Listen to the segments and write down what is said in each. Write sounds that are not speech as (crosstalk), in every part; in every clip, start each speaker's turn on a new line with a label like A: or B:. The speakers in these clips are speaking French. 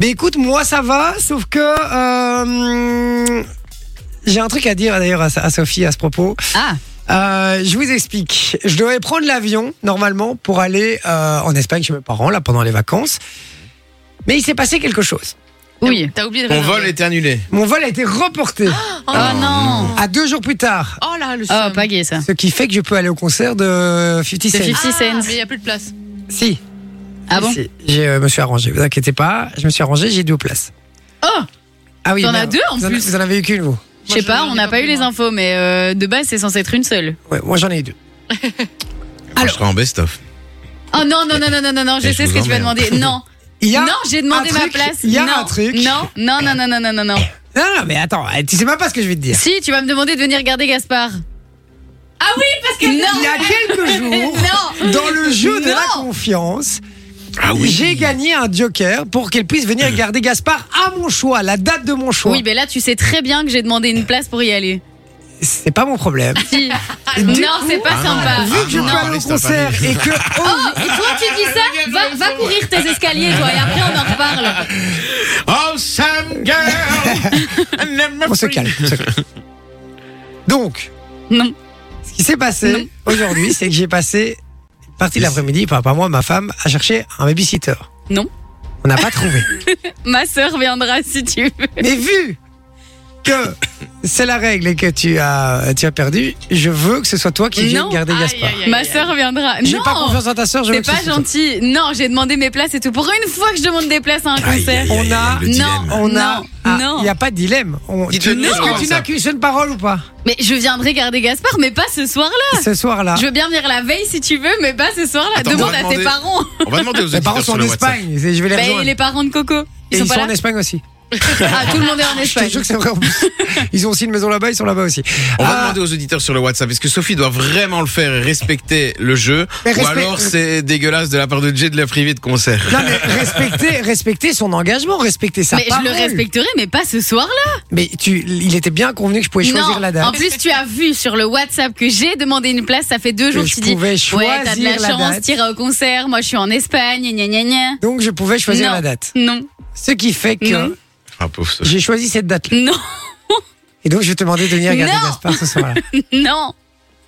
A: Mais écoute, moi ça va, sauf que euh, j'ai un truc à dire d'ailleurs à, à Sophie à ce propos.
B: Ah,
A: Euh, je vous explique. Je devais prendre l'avion normalement pour aller euh, en Espagne chez mes parents là pendant les vacances. Mais il s'est passé quelque chose.
B: oui.
C: T'as oublié de
D: Mon
C: réserver.
D: vol était annulé.
A: Mon vol a été reporté
B: Oh, non.
A: à deux jours plus tard,
C: Oh là, le
B: Oh,
C: seum.
B: pas gay ça.
A: ce qui fait que je peux aller au concert de 50
B: C'est
A: Cent.
B: 50
C: Ah,
B: cents.
C: mais il n'y a plus de place.
A: Si,
B: Ah bon
A: si, je euh, me suis arrangé. Vous inquiétez pas, je me suis arrangé, j'ai deux places.
B: Oh
A: Ah oui.
B: T'en
A: mais
B: as deux, en
A: vous
B: plus
A: Vous en avez eu qu'une vous.
B: Je sais
C: je
B: pas,
C: n'en ai
B: on n'a
C: pas
B: pas eu
C: plus,
B: les
C: moi.
B: infos, mais euh, de base, c'est censé être une seule.
A: Ouais, moi j'en ai eu deux.
D: Moi, je serai en best-of.
B: Oh non, non, non, non, non, non, non, je
D: Eh, je
B: sais ce
D: vous
B: que tu vas
D: emmerde.
B: demander. (laughs)
A: Il
B: Non,
A: y a-
B: non, j'ai demandé
A: un
B: ma
A: truc,
B: place.
A: il y a
B: non,
A: un truc.
B: Non, non, non, non, non, non, non, non.
A: Non, non, mais attends, eh, tu sais même pas ce que je vais te dire.
B: Si, tu vas me demander de venir regarder Gaspard. Ah oui, parce que
A: Il y a
B: (laughs)
A: quelques jours,
B: Non.
A: dans le jeu de la
B: Non.
A: confiance,
D: Ah oui. Euh.
A: j'ai gagné un joker pour qu'elle puisse venir garder Gaspard à mon choix, la date de mon choix.
B: Oui, bah. mais là, tu sais très bien que j'ai demandé une place pour y aller.
A: C'est pas mon problème.
B: (laughs) Si.
A: Du
B: non,
A: coup-
B: c'est pas
D: Ah non,
B: sympa.
A: Vu que je peux
D: non,
A: aller au
D: Alice, t'as pas
A: concert
D: mis.
A: et
D: (laughs)
A: que.
B: Oh, et toi, tu dis ça va, va courir tes escaliers, toi, et après, on en reparle.
D: Oh, Sam Girl
A: (laughs) On se calme. on se calme. Donc,
B: Non.
A: ce qui s'est passé aujourd'hui, c'est que j'ai passé une partie de l'après-midi, enfin pas moi, ma femme, à chercher un babysitter.
B: Non.
A: On n'a pas trouvé.
B: Ma sœur viendra si tu veux.
A: Mais vu que c'est la règle et que tu as, tu as perdu, je veux que ce soit toi qui vienne
B: Non,
A: garder
C: aïe,
A: Gaspard.
C: aïe, aïe.
B: Ma sœur viendra.
A: J'ai
B: non.
A: pas confiance en ta sœur, je veux
B: C'est
A: que ce
B: pas
A: soit toi.
B: gentil. Non, j'ai demandé mes places et tout. Pour une fois que je demande des places à un
D: Aïe,
B: concert.
D: aïe, aïe,
A: On a-
D: le dilemme.
B: Non.
A: On a. Ah,
B: Non.
A: Il n'y a pas de dilemme. On- tu-
D: Dis-le,
A: Est-ce
D: non,
A: que tu
D: ça.
A: n'as qu'une seule parole ou pas
B: Mais je viendrai garder Gaspard, mais pas ce soir-là.
A: Ce soir-là.
B: Ah. Je veux bien venir la veille si tu veux, mais pas ce soir-là.
D: Attends,
B: Demande
D: on va
B: à tes
D: demander-
B: parents.
A: (laughs)
D: On va demander aux
A: Mes
D: auditeurs
A: parents sont
D: sur
A: en
D: le WhatsApp.
A: Espagne. Je vais les
B: Ben,
A: rejoindre.
B: les parents de Coco.
A: Et
B: Ils sont
A: ils
B: pas
A: sont
B: là.
A: en Espagne aussi.
B: Ah, tout le monde est en
A: Je te
B: Espagne.
A: jure que c'est vrai en
B: (laughs)
A: plus. Ils ont aussi une maison là-bas, ils sont là-bas aussi.
D: On va
A: Ah,
D: demander aux auditeurs sur le WhatsApp. Est-ce que Sophie doit vraiment le faire et respecter le jeu
A: Mais
D: Ou
A: respect-
D: alors c'est dégueulasse de la part de Jay de la priver de concert
A: Ah, Non mais respecter, respecter son engagement, respecter sa
B: Mais je
A: parole.
B: le respecterai, mais pas ce soir-là.
A: Mais tu, il était bien convenu que je pouvais choisir
B: Non.
A: la date.
B: En plus, tu as vu sur le WhatsApp que j'ai demandé une place. Ça fait deux jours que
A: je
B: tu dis.
A: pouvais
B: Ouais, t'as de la
A: choisir la
B: chance,
A: date.
B: t'iras au concert. Moi, je suis en Espagne. Gna gna gna.
A: Donc je pouvais choisir
B: Non.
A: la date.
B: Non.
A: Ce qui fait que
B: Non.
D: Ah, pauvre Sophie.
A: j'ai choisi cette date-là.
B: Non. (laughs)
A: Et donc je vais te demander de venir regarder
B: Non.
A: Gaspard ce
B: (laughs)
A: soir-là.
B: Non.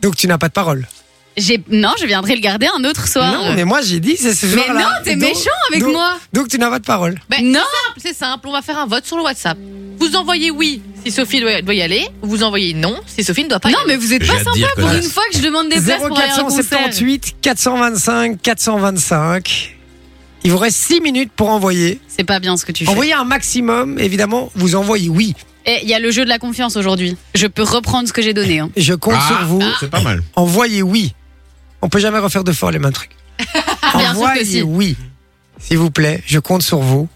A: Donc tu n'as pas de parole.
B: J'ai... Non, je viendrai le garder un autre soir.
A: Non, mais moi j'ai dit c'est ce
B: Mais
A: soir-là.
B: non, t'es
A: Donc-
B: méchant avec
A: donc-
B: moi.
A: Donc tu n'as pas de parole.
C: Ben,
B: Non.
C: C'est simple, on va faire un vote sur le WhatsApp. Vous envoyez oui si Sophie doit doit y aller, vous envoyez non si Sophie ne doit pas y
B: Non,
C: aller.
B: mais vous êtes
D: J'ai
B: pas
D: hâte d'y
B: sympa pour
D: reconnaître.
B: une fois que je demande des places pour aller à un concert.
A: 0478 425 425. Il vous reste 6 minutes pour envoyer.
B: C'est pas bien ce que tu fais.
A: Envoyez un maximum, évidemment, vous envoyez oui.
B: Et il y a le jeu de la confiance aujourd'hui. Je peux reprendre ce que j'ai donné. hein.
A: Je compte
D: Ah,
A: sur vous.
D: C'est pas mal.
A: Envoyez oui. On peut jamais refaire deux fois les mêmes trucs.
B: (laughs) Bien sûr que
A: Envoyez
B: si.
A: oui. S'il vous plaît, je compte sur vous.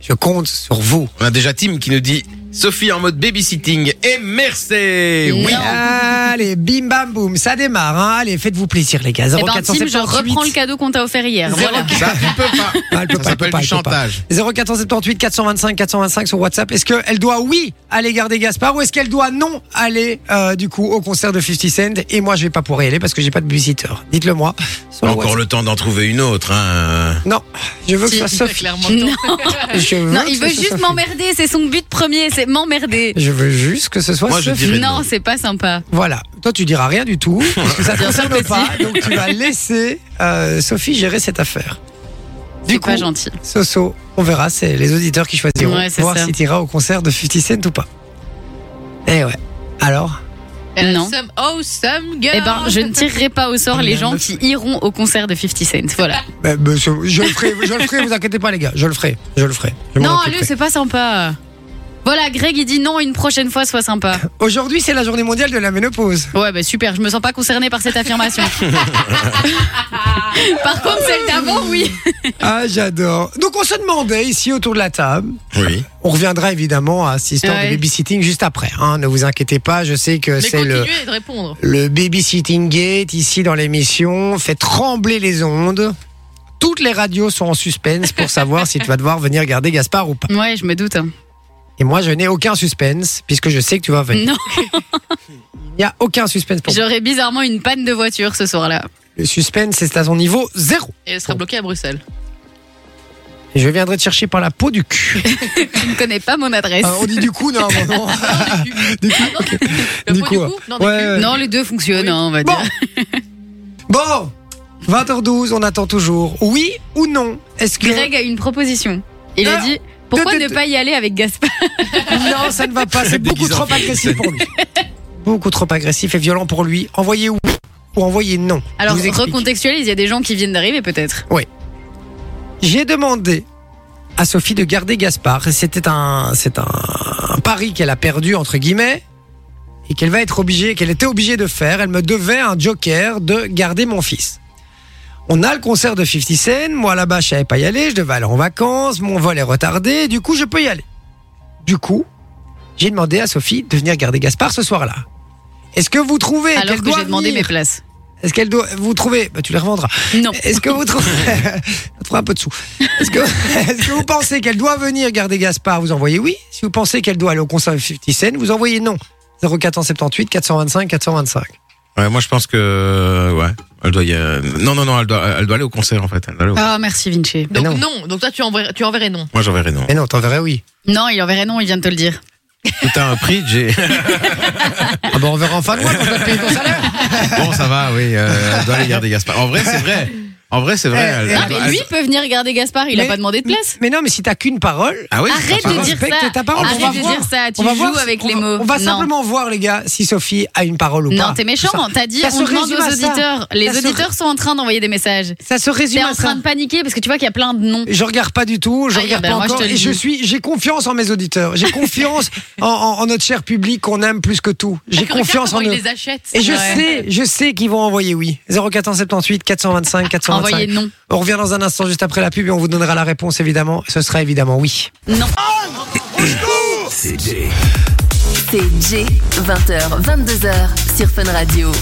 A: Je compte sur vous.
D: On a déjà Tim qui nous dit Sophie en mode babysitting et merci.
B: Non.
D: Oui.
A: Allez, bim bam boum, ça démarre. hein. Allez, faites-vous plaisir les gars.
B: Eh ben, Tim, je
A: 0478
B: reprends le cadeau qu'on t'a offert hier.
A: Zéro-
B: Voilà.
D: Ça, tu peux pas.
A: Ah, elle peut
D: Ça
A: pas, elle peut
D: s'appelle
A: pas,
D: du
A: elle peut pas.
D: chantage.
A: 0478 425 425 sur WhatsApp. Est-ce qu'elle doit, oui, aller garder Gaspard ou est-ce qu'elle doit, non, aller euh, du coup au concert de 50 Cent Et moi, je vais pas pouvoir y aller parce que j'ai pas de babysitter. Dites-le moi. sur le
D: Encore
A: WhatsApp.
D: le temps d'en trouver une autre. Hein.
A: Non, je veux que
B: Si,
A: ce
B: si,
A: soit
B: (laughs)
C: Très
A: Sophie.
C: clairement. non.
A: Je veux
B: Non,
A: que
B: il
A: ce
B: veut
A: soit
B: juste
A: Sophie.
B: m'emmerder. C'est son but premier, c'est m'emmerder.
A: Je veux juste que ce soit
D: Moi, je
A: Sophie.
D: dirais
B: Non,
D: non.
B: c'est pas sympa.
A: Voilà. Toi, tu diras rien du tout parce que ça te
B: (laughs) Bien sûr
A: concerne
B: que
A: pas. Donc, tu vas laisser euh, Sophie gérer cette affaire. Du
B: C'est
A: coup,
B: pas gentil.
A: Soso, on verra, c'est les auditeurs qui choisiront.
B: Ouais, c'est
A: voir
B: ça.
A: si t'iras au concert de 50 Cent ou pas. Eh ouais. Alors
B: Non.
C: Some awesome girl.
B: Eh ben, je ne tirerai pas au
A: Ah,
B: sort les gens qui iront au concert de 50 Cent. Voilà.
A: Ben, ben, c'est- je le ferai, je le ferai, vous inquiétez pas les gars, je le ferai, je le ferai. je m'en
B: Non,
A: occuperai.
B: allez, c'est pas sympa. Voilà, Greg, il dit non, une prochaine fois, sois sympa.
A: Aujourd'hui, c'est la journée mondiale de la ménopause.
B: Ouais, bah super, je me sens pas concernée par cette affirmation. par contre, celle d'avant, oui.
A: Ah, j'adore. Donc, on se demandait ici autour de la table.
D: Oui.
A: On reviendra évidemment à cette histoire
B: Ouais.
A: de babysitting juste après. hein, ne vous inquiétez pas, je sais que
C: Mais
A: c'est le,
C: continuez de répondre.
A: le babysitting gate ici dans l'émission. Fait trembler les ondes. Toutes les radios sont en suspense (laughs) pour savoir si tu vas devoir venir garder Gaspard ou pas.
B: Ouais, je me doute. hein.
A: Et moi, je n'ai aucun suspense puisque je sais que tu vas venir.
B: Non,
A: Il n'y a aucun suspense pour moi.
B: j'aurais bizarrement une panne de voiture ce soir-là.
A: Le suspense, c'est à son niveau zéro.
C: Et elle sera bloquée à Bruxelles.
A: Et je viendrai te chercher par la peau du (laughs) cul.
B: Tu ne connais pas mon adresse.
A: Euh, on dit du coup, non, bon, (laughs) non. du coup, ok.
C: Le
A: Du
C: pot du
A: coup,
C: coup Bah, Non, du
A: ouais,
C: cul.
A: ouais.
B: Non, les deux fonctionnent,
C: Oui.
B: hein, on va
A: Bon.
B: dire.
A: Bon. 20h12, on attend toujours. Oui ou non Est-ce que.
B: Greg a une proposition. Il a
A: Ah.
B: dit pourquoi
A: Deux, deux,
B: ne
A: deux.
B: pas y aller avec Gaspard
A: Non, ça ne va pas. C'est beaucoup
D: Déguisant.
A: trop agressif pour lui. Beaucoup trop agressif et violent pour lui. Envoyez oui ou envoyez non.
B: Alors,
A: Je vous explique.
B: recontextualise, il y a des gens qui viennent d'arriver peut-être.
A: J'ai demandé à Sophie de garder Gaspard. Et C'était un, c'est un, un pari qu'elle a perdu, entre guillemets, et qu'elle va être obligée, qu'elle était obligée de faire. Elle me devait un joker de garder mon fils. On a le concert de 50 Cent. Moi, là-bas, je savais pas y aller. Je devais aller en vacances. Mon vol est retardé. Du coup, je peux y aller. Du coup, j'ai demandé à Sophie de venir garder Gaspard ce soir-là. Est-ce que vous trouvez
B: Alors
A: qu'elle
B: que
A: doit
B: j'ai demandé
A: venir
B: mes places.
A: Est-ce qu'elle doit vous trouvez bah, Tu les revendras.
B: Non.
A: Est-ce que vous trouvez. (laughs) On trouvera un peu de sous. Est-ce que, (laughs) est-ce que vous pensez qu'elle doit venir garder Gaspard Vous envoyez oui. Si vous pensez qu'elle doit aller au concert de 50 Cent, vous envoyez non. 0478 425 425.
D: Ouais, moi je pense que euh, ouais, elle doit y euh, non non non, elle doit elle doit aller au concert en fait. Elle doit aller au-
B: Ah, merci Vinci.
A: Mais non.
C: Donc non. Donc toi, tu enverrais, tu enverrais non.
D: Moi j'enverrai non.
A: Mais non, t'enverrais oui.
B: Non, il enverrait non, il vient de te le dire.
D: Tout a un prix, j'ai.
A: Ah bah on verra en fin de mois quand je vais te payer ton salaire.
D: (laughs) Bon ça va, oui. euh, elle doit aller garder Gaspard. En vrai c'est vrai. En vrai c'est vrai.
A: Eh,
D: elle-
A: eh,
D: bah, elle
B: Ah,
D: doit-
B: mais lui peut venir regarder Gaspard, (laughs) il a
A: Mais-
B: pas demandé de place.
A: Mais non, mais si t'as qu'une parole.
D: Ah oui. c'est
B: Arrête
D: pas
B: de
D: grave.
B: dire
A: Respecte
B: ça. Ah,
A: ta parole, on va
B: Arrête de
A: voir.
B: dire ça, tu
A: on va
B: joues
A: voir si-
B: avec
A: on
B: les
A: va-
B: mots.
A: On va
B: Non.
A: simplement voir, les gars, si Sophie a une parole ou pas.
B: Non, t'es méchant.
A: Ça-
B: T'as dit,
A: ça se
B: on demande
A: résume à
B: aux
A: ça.
B: auditeurs. Les
A: Ça se-
B: auditeurs sont en train d'envoyer des messages.
A: Ça se résume
B: T'es
A: à
B: en
A: ça.
B: train de paniquer parce que tu vois qu'il y a plein de noms.
A: Je regarde pas du tout, je
B: Ah,
A: regarde
B: ben,
A: pas
B: moi, je
A: encore.
B: te le
A: et je
B: dis.
A: suis, j'ai confiance en mes auditeurs.
B: (laughs)
A: J'ai confiance en, en- en notre cher public qu'on aime plus que tout. J'ai
C: Tu regardes
A: confiance en
C: comment
A: eux.
C: Ils les achètent.
A: Et je
C: Ouais.
A: sais, je sais qu'ils vont envoyer oui. 0478 425 425.
B: Envoyez non.
A: On revient dans un instant juste après la pub et on vous donnera la réponse évidemment. Ce sera évidemment oui.
E: C'est J, 20h, 22h sur Fun Radio.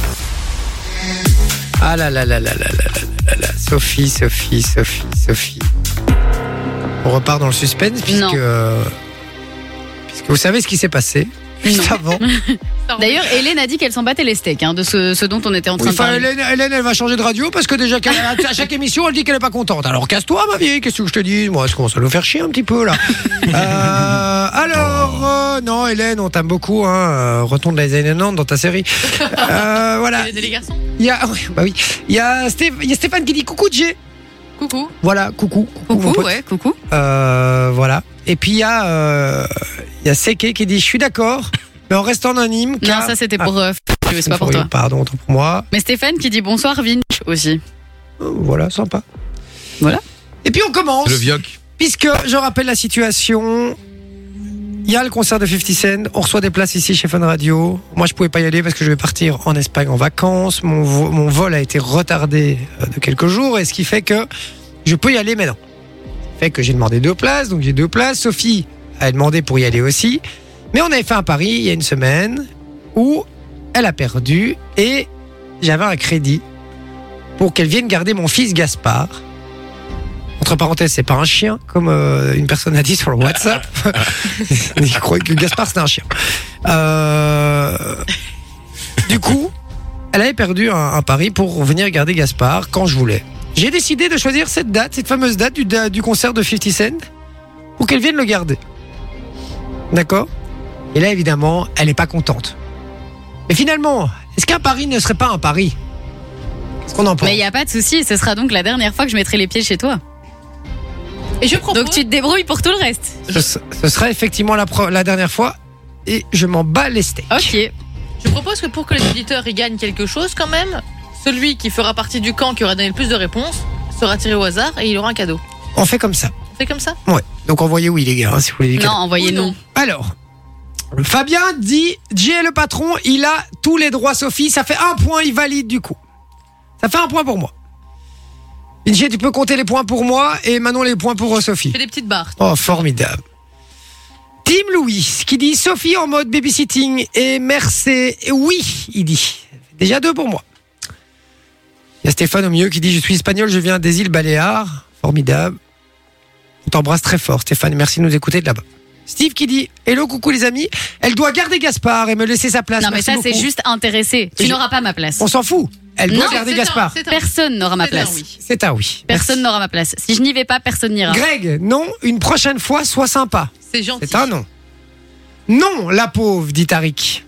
A: Ah là là là là là là là là là. Sophie, Sophie, Sophie, Sophie. On repart dans le suspense puisque, puisque vous savez ce qui s'est passé juste
B: (laughs)
A: avant.
B: D'ailleurs, Hélène a dit qu'elle s'en battait les steaks hein, de ce, ce dont on était en train de
A: Enfin,
B: parler.
A: Hélène, Hélène, elle va changer de radio parce que déjà, qu'elle- à chaque émission, elle dit qu'elle est pas contente. Alors casse-toi, ma vieille, qu'est-ce que je te dis Moi, est-ce qu'on va nous faire chier un petit peu,
B: (laughs)
A: là Euh, Alors, euh, non, Hélène, on t'aime beaucoup. Hein, euh, retourne les années 90 dans ta
B: (laughs)
A: série. Euh, voilà.
C: Les, les garçons.
A: Il y a, oui, bah oui. Il y, a Stéph- il y a Stéphane qui dit coucou, Jay.
C: Coucou.
A: Voilà, coucou. Coucou, mon
B: Coucou,
A: pote.
B: ouais, coucou.
A: Euh, voilà. Et puis, il y a, euh, il y a Seke qui dit je suis d'accord, mais en restant anonyme. Ah.
B: Non, ça c'était pour. euh, c'est pas pour toi.
A: Pardon, autant pour moi.
B: Mais Stéphane qui dit bonsoir Vinch aussi.
A: Euh, Voilà, sympa.
B: Voilà.
A: Et puis on commence,
D: Le vioc.
A: puisque je rappelle la situation. Il y a le concert de 50 Cent, on reçoit des places ici chez Fun Radio. Moi, je pouvais pas y aller parce que je vais partir en Espagne en vacances. Mon, vo- mon vol a été retardé euh, de quelques jours, et ce qui fait que je peux y aller maintenant. Ce qui fait que j'ai demandé deux places, donc j'ai deux places. Sophie a demandé pour y aller aussi. Mais on avait fait un pari il y a une semaine où elle a perdu et j'avais un crédit pour qu'elle vienne garder mon fils Gaspard. Entre parenthèses, c'est pas un chien, comme euh, une personne a dit sur le WhatsApp. Il croyait que Gaspard c'était un chien. Euh, Du coup, elle avait perdu un, un pari pour venir garder Gaspard quand je voulais. J'ai décidé de choisir cette date, cette fameuse date du, du concert de 50 Cent, pour qu'elle vienne le garder. D'accord Et là, évidemment, elle n'est pas contente. Mais finalement, est-ce qu'un pari ne serait pas un pari Qu'est-ce qu'on en pense
B: Mais il n'y a pas de souci, ce sera donc la dernière fois que je mettrai les pieds chez toi.
C: Et je propose.
B: Donc tu te débrouilles pour tout le reste.
A: Ce, ce sera effectivement la, pro- la dernière fois et je m'en bats les steaks.
B: Ok.
C: Je propose que pour que les auditeurs y gagnent quelque chose quand même, celui qui fera partie du camp qui aura donné le plus de réponses sera tiré au hasard et il aura un cadeau.
A: On fait comme ça.
C: On fait comme ça
A: Ouais. Donc envoyez oui les gars, hein, si vous voulez.
B: Non, envoyez
C: Ou
B: non.
A: Alors, Fabien dit, Jay le patron, il a tous les droits Sophie, ça fait un point, il valide du coup. Ça fait un point pour moi. Jay, tu peux compter les points pour moi et Manon les points pour euh, Sophie.
C: Fais des petites barres.
A: Oh, formidable. Tim Louis qui dit Sophie en mode babysitting et merci. Et Oui, il dit. Déjà deux pour moi. Il y a Stéphane au milieu qui dit Je suis espagnol, je viens des îles Baléares. Formidable. On t'embrasse très fort, Stéphane. et Merci de nous écouter de là-bas. Steve qui dit Hello, coucou les amis. Elle doit garder Gaspard et me laisser sa place.
B: Non, mais
A: Merci
B: ça c'est
A: beaucoup.
B: juste intéressé. Tu
A: Je-
B: n'auras pas ma place.
A: On s'en fout. Elle doit
C: Non,
A: garder
C: c'est
A: Gaspard.
C: un- c'est un-
B: Personne n'aura ma
C: c'est un
B: place.
C: oui.
A: C'est un oui.
B: Personne n'aura ma place. Si je n'y vais pas, personne n'ira.
A: Greg, non, une prochaine fois, sois sympa.
C: C'est gentil.
A: C'est un non. Non, la pauvre, dit Tariq.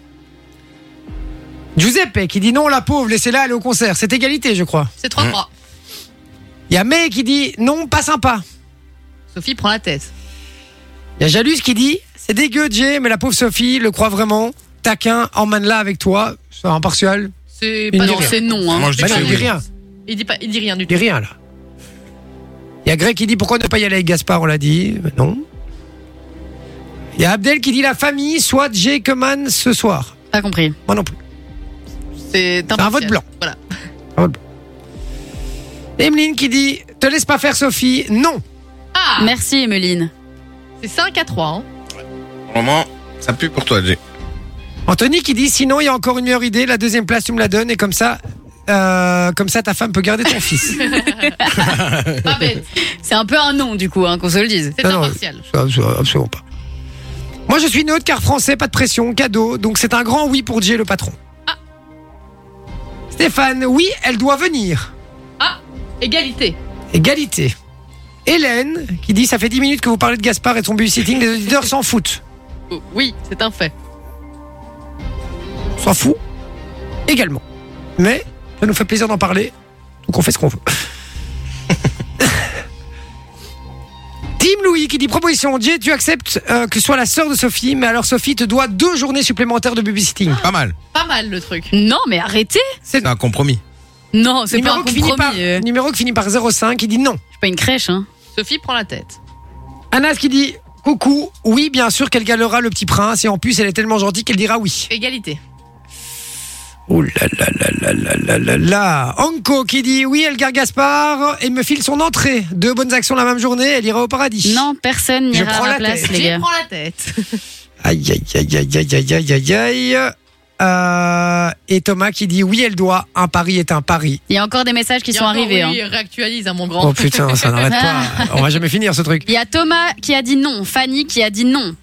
A: Giuseppe qui dit non, la pauvre, laissez-la aller au concert. C'est égalité, je crois.
C: C'est
D: Mmh.
C: trois bras.
A: Il y a May qui dit non, pas sympa.
C: Sophie prend la tête.
A: Il y a Jalus qui dit c'est dégueu, Jay, mais la pauvre Sophie le croit vraiment. Taquin, emmène-la avec toi. C'est impartial.
C: C'est
A: Il
C: pas
A: dit
B: Non,
C: non,
A: rien.
B: c'est non.
D: Moi,
B: Hein.
D: je dis
A: Bah
D: que
A: non,
D: c'est
A: il dit
D: oui.
A: rien.
C: Il dit pas, il dit rien du
A: Il
C: tout.
A: dit rien, là. Il y a Greg qui dit pourquoi ne pas y aller avec Gaspard, on l'a dit. Mais Non. Il y a Abdel qui dit la famille, soit Jay que Man ce soir.
B: Pas compris.
A: Moi non plus.
C: C'est
A: un vote blanc.
C: Voilà.
A: Emeline qui dit te laisse pas faire Sophie. Non.
C: Ah,
B: Merci, Emeline.
C: c'est 5 à 3.
A: (laughs)
C: Hein.
D: Vraiment, ça pue pour toi, Jay.
A: Anthony qui dit sinon il y a encore une meilleure idée, la deuxième place tu me la donnes et comme ça, euh, comme ça ta femme peut garder ton fils.
C: Pas bête.
B: C'est un peu un non, du coup, hein, qu'on se le dise.
C: Ah, C'est
A: Non, non.
C: impartial.
A: Ça, ça, absolument pas. Moi je suis neutre car français, pas de pression, cadeau, donc c'est un grand oui pour Jay le patron. Stéphane, oui, elle doit venir.
C: Ah, Égalité.
A: Égalité. Hélène qui dit ça fait 10 minutes que vous parlez de Gaspard et de son babysitting, les auditeurs s'en foutent.
C: Oh, Oui, c'est un fait.
A: s'en fout également. Mais ça nous fait plaisir d'en parler, donc on fait ce qu'on veut. (laughs) Tim Louis qui dit proposition Jay, tu acceptes euh, que ce soit la sœur de Sophie, mais alors Sophie te doit deux journées supplémentaires de babysitting.
B: Ah,
D: Pas mal.
C: Pas mal le truc.
B: Non, mais arrêtez
D: C'est un compromis.
B: Non, c'est pas un
A: Numéro qui,
B: compromis.
A: finit par,
B: euh,
A: numéro qui finit par 05 qui dit non.
B: Je suis pas une crèche, hein.
C: Sophie prend la tête.
A: Anas qui dit coucou, oui bien sûr qu'elle galera le petit prince et en plus elle est tellement gentille qu'elle dira oui.
C: Égalité.
A: Oh là là là là là là là là Anko qui dit oui, Elgar Gaspard et me file son entrée. Deux bonnes actions la même journée, elle ira au paradis.
B: Non, personne
A: Je
B: n'ira à
A: prends
B: ma
A: la
B: place,
A: tête.
B: les
C: Jay
B: gars.
C: prend la tête.
A: Aïe aïe aïe aïe aïe aïe aïe aïe aïe. Euh, et Thomas qui dit oui, elle doit. Un pari est un pari.
B: Il y a encore des messages qui
C: Il y a
B: sont
C: encore,
B: arrivés. hein.
C: Oui, réactualise, hein, mon grand.
A: Oh putain, ça n'arrête
B: (laughs)
A: pas. On va jamais finir ce truc.
B: Il y a Thomas qui a dit non, Fanny qui a dit non,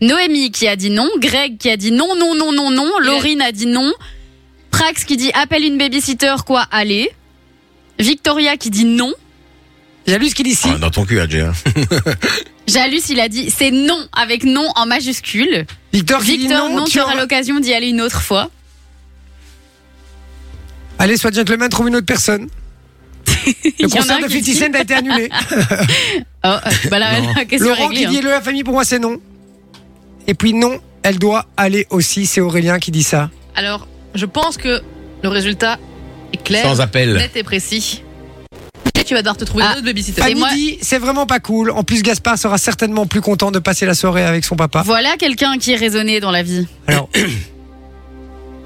B: Noémie qui a dit non, Greg qui a dit non, non, non, non, non, Laurine a dit non, Prax qui dit appelle une babysitter, quoi, allez, Victoria qui dit non,
A: Il y a Luce qui dit si.
D: Ah, dans ton cul, Jay. hein.
B: Jalus il a dit c'est non avec non en majuscule,
A: Victor qui dit
B: Victor
A: non.
B: non,
A: tu
B: tu auras
A: en-
B: l'occasion d'y aller une autre fois.
A: Allez, sois gentleman, trouve une autre personne. Le
B: Il y en a
A: concert
B: un
A: de
B: qui
A: 50
B: dit-
A: Cent a été
B: (laughs)
A: annulé.
B: Oh, euh,
A: (laughs)
B: bah là,
D: Non.
B: la question est
A: Laurent
B: réglée.
A: qui dit
B: hein.
A: le la famille pour moi c'est non. Et puis non, elle doit aller aussi. C'est Aurélien qui dit ça.
C: Alors, je pense que le résultat est
B: Euh,
C: clair,
D: Sans appel.
C: net et précis. Et tu vas devoir te trouver
B: Ah.
C: un autre babysitter.
A: Fanny
C: Et moi,
A: dit, c'est vraiment pas cool. En plus, Gaspard sera certainement plus content de passer la soirée avec son papa.
B: Voilà quelqu'un qui est raisonné dans la vie.
A: Alors,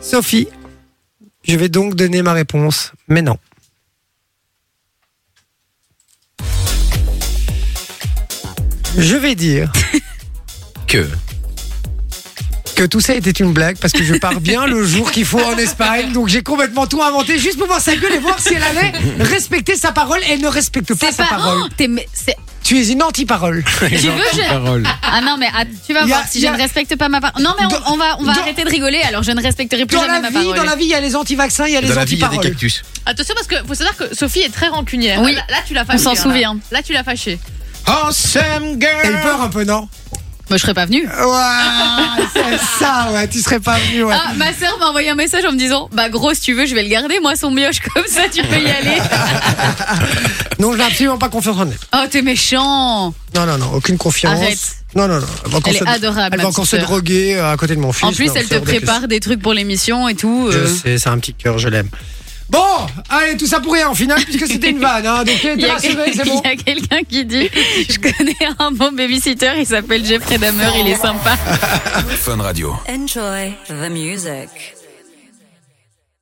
A: Sophie, je vais donc donner ma réponse, mais non. Je vais dire
D: Que.
A: que tout ça était une blague parce que je pars bien le jour qu'il faut en Espagne, donc j'ai complètement tout inventé juste pour voir sa gueule et voir si elle allait respecter sa parole. Elle ne respecte pas
B: C'est
A: sa
B: pas.
A: parole.
B: Oh, t'es- mais
A: (laughs)
B: c'est-
A: Tu es une anti-parole.
B: tu veux que je-
D: Parole.
B: Ah non, mais att- tu vas
A: Il y a-
B: voir, si
A: il y
B: je
A: a-
B: ne respecte pas ma parole. Non, mais on,
A: Dans-
B: on va, on va
A: dans-
B: arrêter de rigoler, alors je ne respecterai plus
A: Dans
B: jamais
A: la
B: ma
A: vie,
B: parole.
A: dans la vie, il y a les anti-vaccins, il y a
D: Dans
A: les
D: la vie, il y a des
A: anti-paroles.
D: cactus.
C: attention parce que faut savoir que Sophie est très rancunière.
B: Oui.
C: Là, là, tu l'as fâchée.
B: s'en
C: hein, là.
B: souvient.
C: Là, tu l'as fâchée.
D: Awesome
A: Elle
D: girl.
A: peur un peu, non
B: Moi, je serais pas venue.
A: Ouais, c'est
B: (laughs)
A: ça, ouais, tu serais pas venu, ouais.
B: Ah, ma sœur m'a envoyé un message en me disant Bah, gros, si tu veux, je vais le garder, moi, son mioche, (laughs) comme ça, tu peux y aller.
A: (laughs) Non, je n'ai absolument pas confiance en elle.
B: oh, t'es méchant.
A: Non, non, non, aucune confiance.
B: Arrête.
A: Non, non, non. Elle va encore,
B: Elle est
A: se,
B: adorable,
A: elle
B: ma
A: va encore se
B: petite sœur.
A: droguer euh, à côté de mon fils.
B: En plus,
A: Non,
B: elle
A: c'est
B: te
A: hors de
B: prépare des trucs pour l'émission et tout.
A: question.
B: euh.
A: Je sais, c'est un petit cœur, je l'aime. Bon, allez, tout ça pour rien en final, puisque c'était une vanne. Hein, donc, t'es
B: (laughs) Il y a,
A: rassuré, c'est bon.
B: il y a quelqu'un qui dit Je connais un bon babysitter, il s'appelle Jeffrey Dahmer, il est sympa.
F: Fun Radio.
G: Enjoy the music.